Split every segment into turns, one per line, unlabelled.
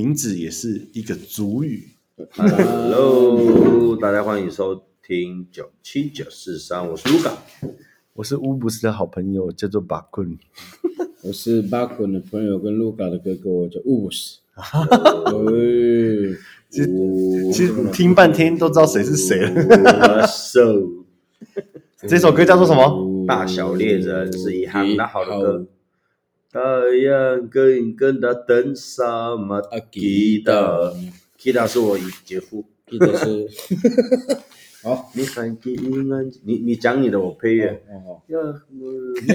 名字也是一个族语。
Hello，大家欢迎收听九七九四三，我是卢卡。
我是乌布斯的好朋友，叫做巴坤。
我是巴坤的朋友跟卢卡的哥哥，我叫乌布 哎斯。
其实
哦
其实听半天都知道谁是谁了。
了。So，
哎
这首歌叫做什么？
大小猎人是一行那好的
嗯
哎歌。太阳更更的登萨马
啊，
吉
吉
达
他，
吉达是我姐夫。
记 得是好，哦
你反给英安，你你讲你的，我配乐。
好好。
要我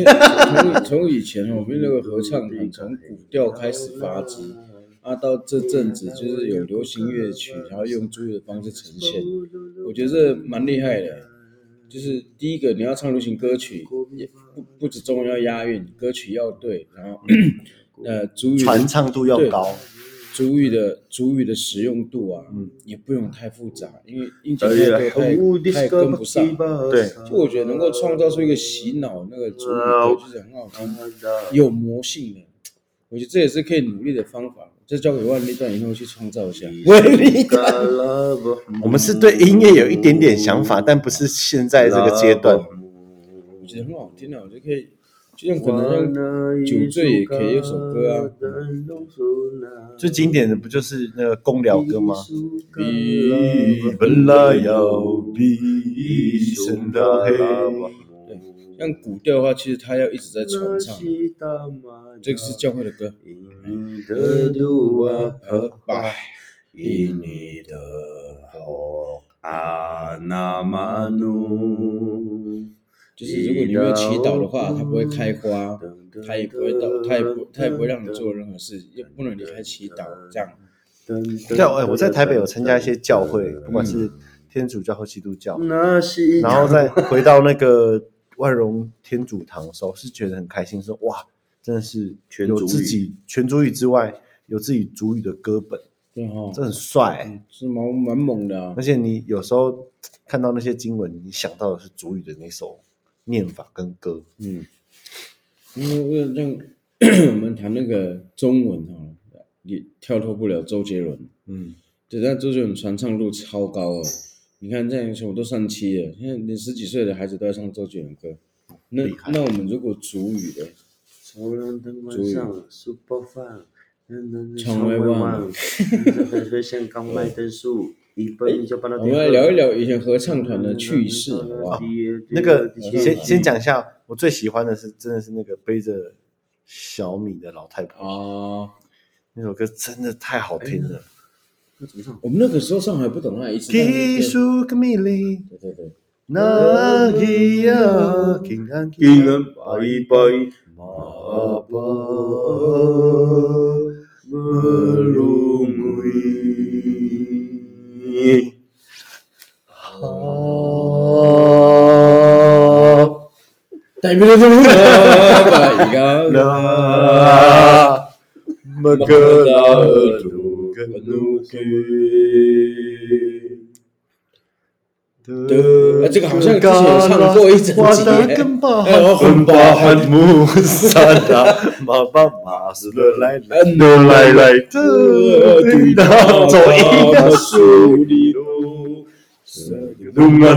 那从从以前我们那个合唱团从古调开始发迹，啊，到这阵子就是有流行乐曲，然后用主语的方式呈现，我觉得这蛮厉害的。就是第一个你要唱流行歌曲，也不不止中文要押韵，歌曲要对，然后
嗯
呃主语
传唱度要高，
主语的主语的实用度啊，也不用太复杂，因为英
嗯哎
检
呀
太多太太跟不上。
对
就我觉得能够创造出一个洗脑那个主
哎
语歌，就是很好
嗯
听，有魔性的。我觉得这也是可以努力的方法，这交给万力段以后去创造一下。
我们是对音乐有一点点想法，但不是现在这个阶段。
我觉得很好听啊，我觉得可以，就像可能像酒醉也可以有首歌啊，
最经典的不就是那个公寮歌吗？
比
本来要比
生
生
的
的
黑
黑，
像古调的话，其实它要一直在传唱，嗯这个是教会的歌。
你的路啊，
呃，拜。
你的好啊，那玛努，
就是如果你没有祈祷的话，它不会开花，
嗯
它也不会到，它也不，它也不会让你做任何事，也不能离开祈祷这
嗯
样。
对，嗯哎，我在台北有参加一些教会，不管是天主教或基督教，
那是
然后再回到那个万荣天主堂的时候，是觉得很开心，说哇，真的是
全
有
族
自
语
己全主语之外，有自己主语的歌本，
对哈，
这很帅、
是蛮蛮猛的啊
而。且你有时候看到那些经文，你想到的是主语的那首念法跟歌，
嗯，因为为了让 我们谈那个中文哈，也跳脱不了周杰伦。
嗯，
对，但周杰伦传唱度超高哦。你看这样一说，我都上七了，现在连十几岁的孩子都在唱周杰伦歌。那
厉害
那我们如果主语的，
潮浪灯关上，Super Fun，
成为
哦
万，
海水像刚麦登树，一蹦就蹦到
我
天空。
们来聊一聊以前合唱团的趣事，好不好？
那
那个
嗯
先先讲一下，我最喜欢的是真的是那个背着小米的老太婆，
啊，
那首歌真的太好听了。
我们那个时候上海不懂那一次。
技术革命，
对对对，
那一呀，平安
一人拜一拜，
马
巴
巴
路
哈
代表中国吧，一个
那么个
的啊，这个好像之前有唱过一整集耶。哎，我很饱，
穆萨达，马巴马斯勒来来
嗯，
来来
呃
的叮当，走音的树
里
路，路嘛，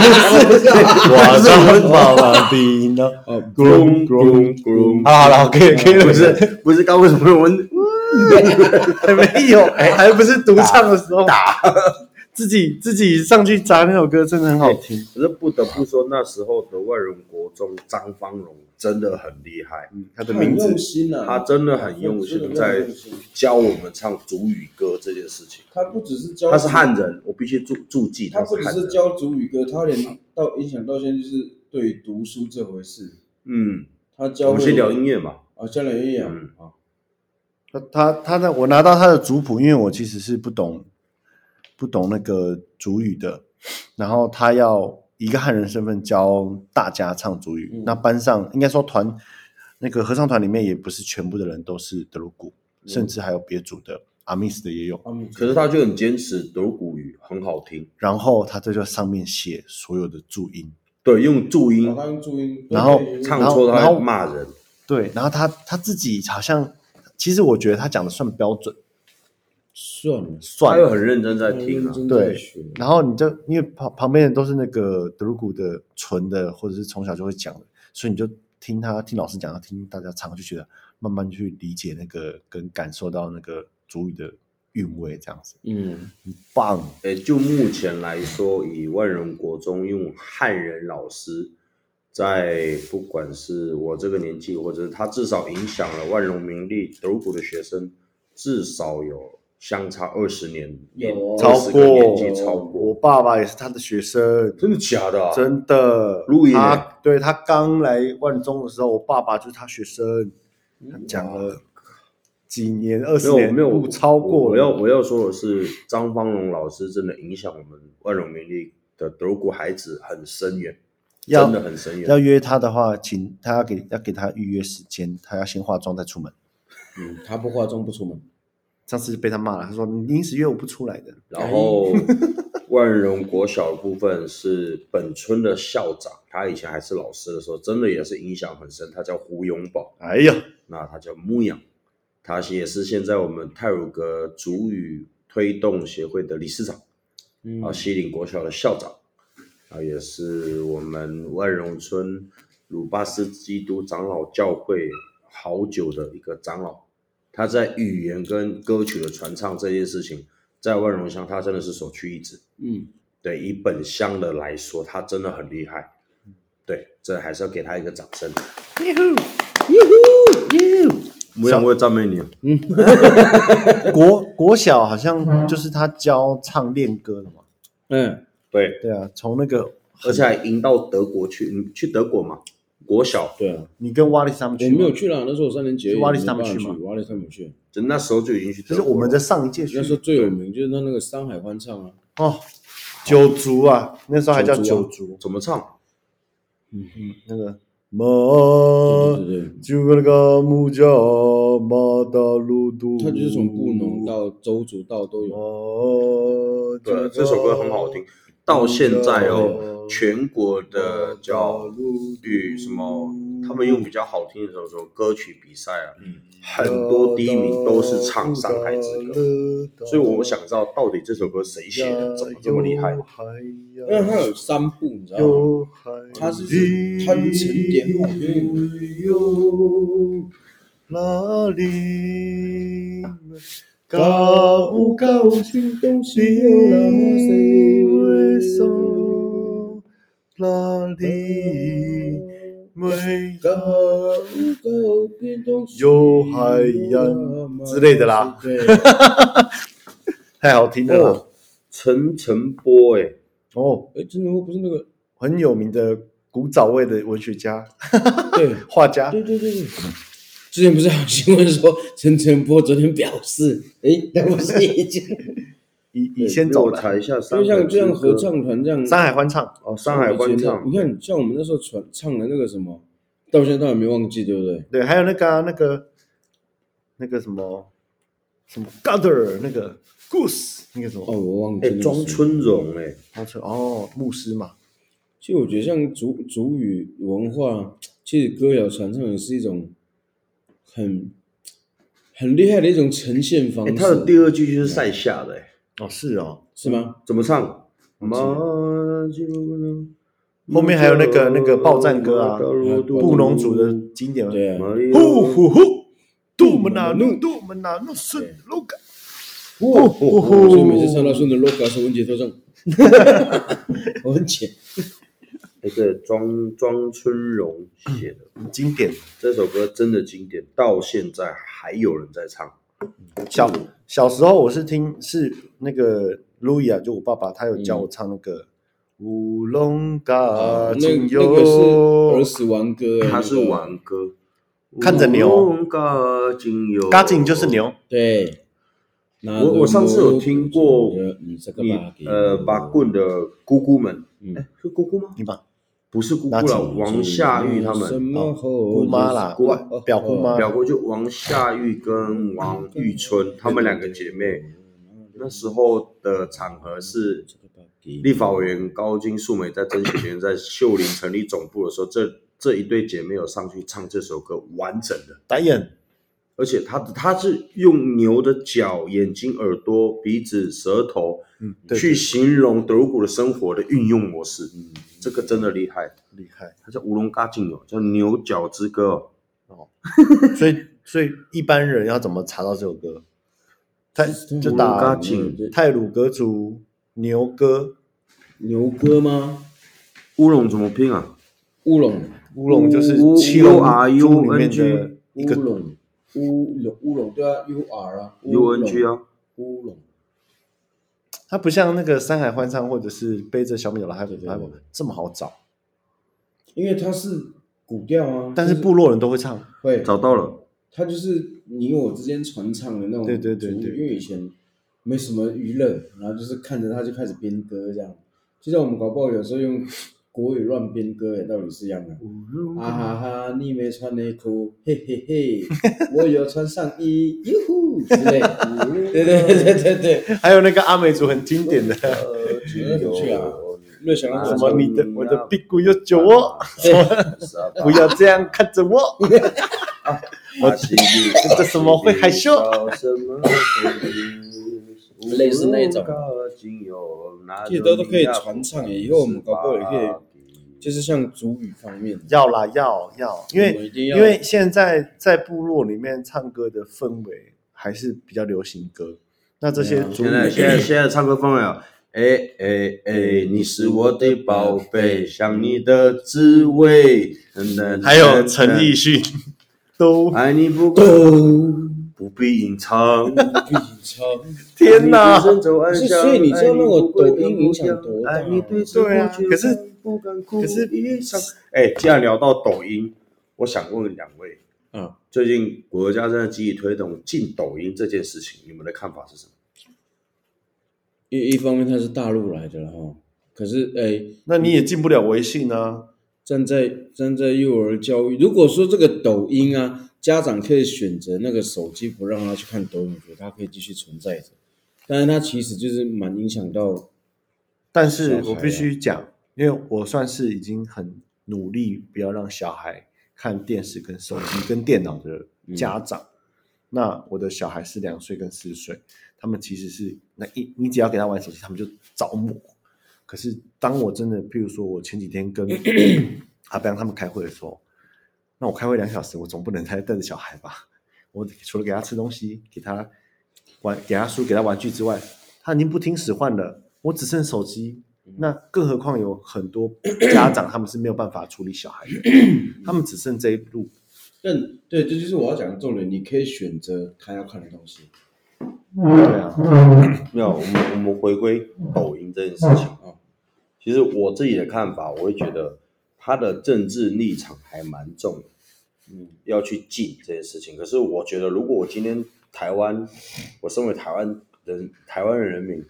我的很饱了叮当，
哦，
咕咕咕。好了，可以可以了，
不是不是，刚为什么我们
没有，还不是独唱的时候打，自己自己上去砸那首歌真的很好听。
可是不得不说，那时候的万荣国中张芳荣真的很厉害，
嗯，他的
很
名字
用心啊，
他真的很用心在教我们唱主语歌这件事情。
他不只是教
他是汉人，我必须注注记
他
是
不只
汉
是
人。
教主语歌，他连到影响到现在就是对于读书这回事，
嗯，
他教
我们
会
先聊音乐嘛。
啊，教了音乐啊
嗯，
好
他他他的我拿到他的族谱，因为我其实是不懂不懂那个族语的，然后他要以一个汉人身份教大家唱族语，
嗯
那班上应该说团那个合唱团里面也不是全部的人都是德鲁古，甚至还有别族的阿密斯的也有。
他们
可是他就很坚持德古语很好听，
然后他这就上面写所有的注音，
对，用注音
然哦后他用注音，
然后
对
唱
然后
错
然
他
后
会骂人，
对，然后他他自己好像，其实我觉得他讲的算标准，
算了，
他
算
又很认真在听啊。
真
对
在学，
然后你就因为旁旁边人都是那个德鲁古的纯的，或者是从小就会讲的，所以你就听他听老师讲，听大家唱，就觉得慢慢去理解那个跟感受到那个主语的韵味，这样子
嗯，
很棒。
诶，呃就目前来说，以万荣国中用汉人老师，在不管是我这个年纪，或者是他至少影响了万荣名利德鲁古的学生，至少有相差二十年，
有
超
超
过年
过
纪超
我
过，
爸爸也是他的学生，
真的假的、啊？
真的。
陆毅呢
他对他刚来万中的时候，我爸爸就是他学生，他讲了几年，二
没
十
有
年
没有
不超
我
过
我
了
要我要说的是，张芳荣老师真的影响我们万荣名利的德鲁古孩子很深远，
要
真的很深远
要。约他的话，请他要给要给他预约时间，他要先化妆再出门。
嗯他不化妆不出门，
上次被他骂了，他说你临时约我不出来的。
然后万荣国小的部分是本村的校长，他以前还是老师的时候，真的也是影响很深。他叫胡永宝，
哎呀，
那他叫牧养，他也是现在我们泰鲁格主语推动协会的理事长。
嗯
啊，西岭国小的校长，啊，也是我们万荣村鲁巴斯基督长老教会好久的一个长老，他在语言跟歌曲的传唱这件事情，在万荣乡他真的是首屈一指。
嗯，
对，以本乡的来说，他真的很厉害。
嗯
对，这还是要给他一个掌声。我想会赞美你，
国国小好像就是他教唱练歌的嘛。
嗯，
对，
对啊，从那个
而且还赢到德国去，你去德国嘛？国小，
对啊，
你跟瓦力他们去
我
吗，
没有去啦，那时候我三年级而已，
是瓦力
没
他们
办法
去吗
瓦力他们去，
就那时候就已经去
就
德
是
国了。
我们的上一届学
那时候最有名就是他那个山海欢唱啊，
哦，九族啊，那时候还叫
九
九族，
怎么唱？
那个马
对对对，
就那个木叫马达鲁都，
他就是从布农到周族到都
呃
有，
哦，
对，这首歌很好听，到现在哦，全国的叫与什么，他们用比较好听的这种歌曲比赛啊，很多第一名都是唱上海之歌，
歌
所以我想知道到底这首歌谁写的，怎么这么厉害？
因为他有三部，你知道吗？它是它沉淀好因为
哪里高不高兴东西有那么谁为首？哪里没高有海洋之类的啦，
对，哎
太好听了啦
哦，陈晨波，哎，
哦，
哎，真的不是那个，
很有名的古早味的文学家、
对，
画
啊
家，
对对对对。之前不是有新闻说陈晨波昨天表 示，哎，那不是已经
以以先走
我
了。
查一下，
就像就像合唱团这样，
山海欢唱，
哦，上海欢唱
你，看像我们那时候传唱的那个什么，到现在都还没忘记，对不对？
对，还有那个啊、那个那个什么什么 Gather 那个 Goose 那个什
哦，
么
我忘记
哎，
那个
庄
谁
春荣，哎，
好车哦，牧师嘛，
其实我觉得像主主语文化，其实歌谣传唱也是一种很很厉害的一种呈现方
哎，
式，
他的第二句就是塞下的，哎。
哦是哦，
是吗？
怎么唱？
后面还有那个那个报站歌啊布农族的经典嘛，
对啊，
呼呼呼，杜门那怒，杜门那怒，顺路感，
呼呼
哦所以每次唱到顺着 l o g 时，文杰都 唱， 文杰
那个哎庄庄春荣写的
很经典。
这首歌真的经典，到现在还有人在唱。
小
嗯
小时候我是听是那个路易啊，就我爸爸，他有教我唱那个乌龙嘎
嗯
哦
啊，那
金
那个是儿
哟，
时玩歌，
他是
那个
玩歌，
看着牛
乌龙嘎金牛，
嘎金就是。牛，
对。
我我上次有听过
嗯这个
你
吧给
呃，
我
把棍的姑姑们，
嗯
哎，是姑姑吗？
你把
不是姑姑
那
了，
几
王夏玉他
什
们，哦
么后
姑妈啦，
姑
外
哦
表姑妈，
表哥就王夏玉跟王
嗯
玉春，他们两个姐妹。那时候的场合是立法委员高金素梅在争取权在秀林成立总部的时候，这这一对姐妹有上去唱这首歌完整的，
d i a
嗯
n
而且她她是用牛的角、眼睛、耳朵、鼻子、舌头，
嗯，对，嗯
去形容德鲁古的生活的运用模式，这个真的厉害。
厉害
它叫乌龙嘎劲哦，叫牛角之歌哦。
哦。所以，所以一般人要怎么查到这首歌？泰就
乌龙嘎
打
劲
泰鲁格族牛歌
牛哥吗？
乌龙怎么拼啊？
乌龙，
乌龙，就是
哦
乌
七龙
U
啊
R U
珠里面的
N
一个
乌龙，乌龙，乌龙，对啊，U R 啊
U N G 啊，
乌龙，
它不像那个山海欢唱或者是背着小米酒的海姆
对
海姆这么好找，
因为它是古调啊，
但是
就
部落人都会唱。
会，
找到了，
它就是你我之间传唱的那种
对对对
族语
对
因为以前没什么娱乐，然后就是看着它就开始编歌这样，就像我们搞不好有时候用 国语乱编歌也道理是一样的。啊哈哈，你没穿内裤，嘿嘿嘿，我有穿上衣， 哟呼之类的，对对对对对，
还有那个阿美族很经典的
呃
呃
很有趣啊没有想到
什么你的我的屁股有酒窝，
我
不要这样看着我。
我这
这怎么会害 羞？
类似那种，
其
啊
其实都都可以传唱耶以后我们搞不好也可以就是像主语方 面，
要啦，要要，因
我们
为
一定要
因为现在在部落里面唱歌的氛围还是比较流行歌，那这些族
现在现在
语
现在唱歌氛围啊，哎哎哎，你是我的宝贝，想你的滋味。
还有陈奕，迅都
爱你不
都
不必隐藏。
必唱。
天哪！
不
是所以你知道那个抖音影响多大吗
对啊可是可是
哎，既然聊到抖音，我想问两位，
嗯，
最近国家正在积极推动禁抖音这件事情，你们的看法是什么？
一一方面它是大陆来的啦哈，可是哎、
那你也进不了微信啊。
站在站在幼儿教育，如果说这个抖音啊，家长可以选择那个手机不让他去看抖音，我觉得他可以继续存在着，但是它其实就是蛮影响到
但是
小
我
孩
必
啊
须讲，因为我算是已经很努力，不要让小孩看电视、跟手机、跟电脑的家长。那我的小孩是两岁跟四岁，他们其实是那一你只要给他玩手机，他们就着魔。可是当我真的，譬如说我前几天跟阿邦他们开会的时候，那我开会两小时，我总不能再带着小孩吧？我除了给他吃东西、给他玩、给他书、给他玩具之外，他已经不听使唤了，我只剩手机。
嗯
那更何况有很多 家长他们是没有办法处理小孩 的，他们只剩这一路。
但对，这就是我要讲的重点。你可以选择他要看的东西嗯
对啊，
没有，我们我们回归抖音这件事情啊。其实我自己的看法，我会觉得他的政治立场还蛮重的，嗯，要去禁这件事情。可是我觉得，如果我今天台湾，我身为台湾人，台湾人民，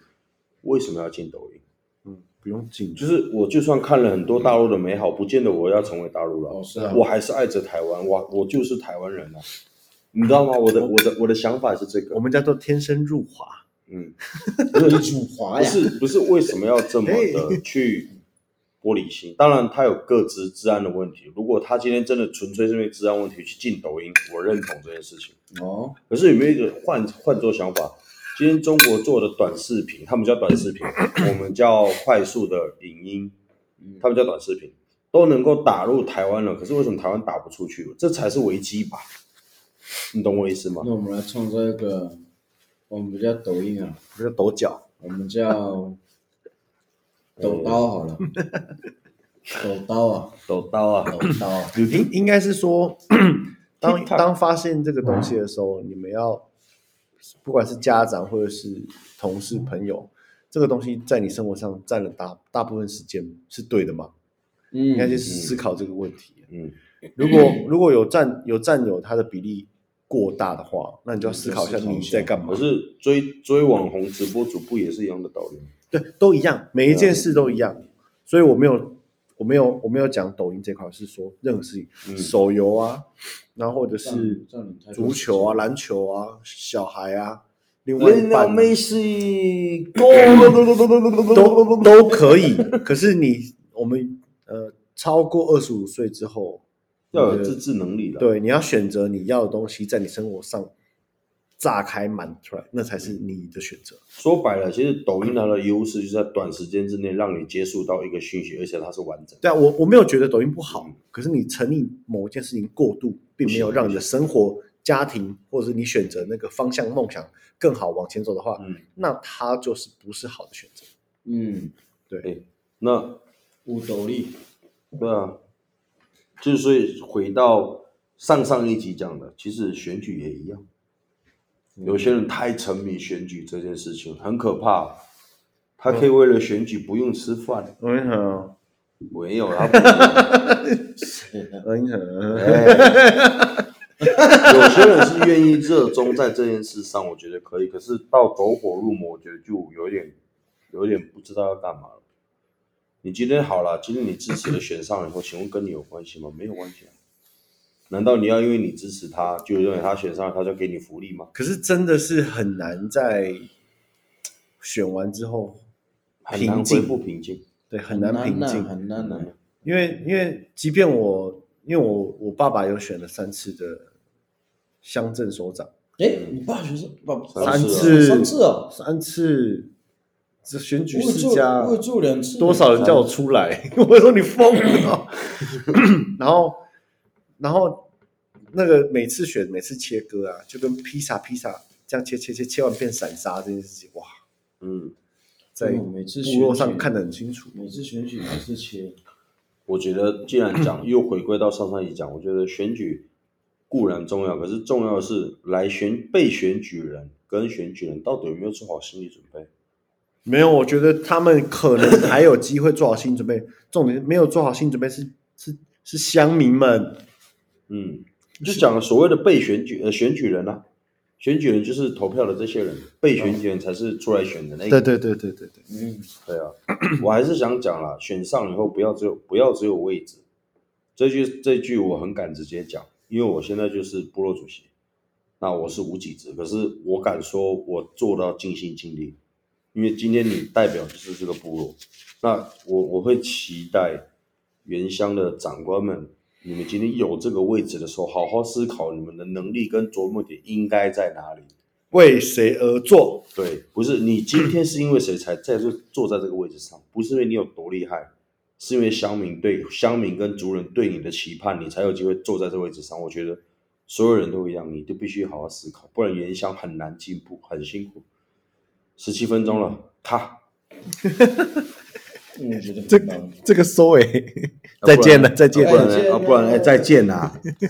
为什么要禁抖音？
嗯，不用紧
就，是我就算看了很多大陆的美好，不见得我要成为大陆人。
哦是啊
我还是爱着台湾，我我就是台湾人啊，你知道吗？我的我的我的想法是这个
我，们叫做天生入华。
嗯。
你主华
不
呀，
是不是为什么要这么的 去玻璃心？当然，他有各自治安的问题。如果他今天真的纯粹是因为治安问题去进抖音，我认同这件事情。
哦，
可是有没有一个换换做想法？今天中国做的短视频，他们叫短视频，我们叫快速的影音，他们叫短视频，都能够打入台湾了。可是为什么台湾打不出去？这才是危机吧？你懂我意思吗？
那我们来创造一个，我们不叫抖音啊，
不是抖脚，
我们叫抖刀 好了，抖刀啊，
抖刀啊
抖！刀啊，
应应该是 说，当
TikTok
当发现这个东西的时
嗯
候，你们要不管是家长或者是同事朋友，这个东西在你生活上占了大大部分时间，是对的吗？
嗯
应该去思考这个问题。
嗯，
如 果如果有占有占有它的比例过大的话，那你就要思考一下
嗯就思考
你
一下
在干嘛
可。是追追网红直播主不也是一样的道理吗？
对，都一样，每一件事都一
啊
样。所以我没有我没有我没有讲抖音这块，是说任何事情，
嗯
手游啊，然后或者是
占领太多
足球啊、
时间
篮球啊、小孩啊，另外一
连到
半呢
梅西，都
都都可以。 可是你我们呃超过二十五岁之后，
要有自制能力了。，
对，你要选择你要的东西，在你生活上炸开满出来，那才是你的选择。
说白了，其实抖音它的优势就是在短时间之内让你接触到一个讯息，而且它是完整的。
对啊，我我没有觉得抖音不好，可是你沉溺某一件事情过度，并没有
是
让你的生活、家庭或者是你选择那个方向、梦想更好往前走的话，
嗯，
那它就是不是好的选择。
嗯，
对，
那
五斗笠，
对啊，就是所以回到上上一集讲的，其实选举也一样，有些人太沉迷选举这件事情，很可怕。他可以为了选举不用吃饭，
我跟你讲，
没有他不一样
我跟你讲，
哎有些人是愿意热衷在这件事上，我觉得可以。可是到走火入魔，我觉得就有点有点不知道要干嘛了。你今天好了，今天你支持的选上了以后，请问跟你有关系吗？没有关系啊。难道你要因为你支持他，就认为他选上了他就给你福利吗？
可是真的是很难在选完之后，
很难
平静
恢复平静。
对，很难平
呐
静，
很难呐。
因为因为即便我因为我我爸爸有选了三次的乡镇首长，
哎，你爸学生爸
三
次
三次哦，
三次这选举
我也
世
做
家
我也做两次，
多少人叫我出来？ 我说你疯了。 然后，然后那个每次选每次切割啊，就跟披萨披萨这样切切切切完变散沙这件事情，哇，
嗯，
在
嗯每次
部落
选
上
举
看得很清楚。
每次选举每次切，
我觉得既然讲又回归到上上一集讲，我觉得选举固然重要，可是重要的是来选被选举人跟选举人到底有没有做好心理准备。
没有，我觉得他们可能还有机会做好心理准 备。重点是没有做好心理准备是是是乡民们，
嗯，就讲了所谓的被选举呃选举人啊，选举人就是投票的这些人，被选举人才是出来选的那
对
个。
对对对对对，
嗯，
对啊，我还是想讲啦，选上以后不要只有不要只有位置，这句这句我很敢直接讲，因为我现在就是部落主席，那我是无几职，可是我敢说我做到尽心尽力，因为今天你代表就是这个部落，那我我会期待原乡的长官们，你们今天有这个位置的时候，好好思考你们的能力跟琢磨点应该在哪里。
为谁而做？
对，不是你今天是因为谁才在这坐在这个位置上，不是因为你有多厉害，是因为乡民对乡民跟族人对你的期盼，你才有机会坐在这个位置上。我觉得所有人都一样，你都必须好好思考，不然原乡很难进步，很辛苦。十七分钟了，咔，
我觉得
嗯这
很棒。
这个收尾，再
再见
见
了
了，再
不
见
然
了。
呢啊，不然哎，再见啦。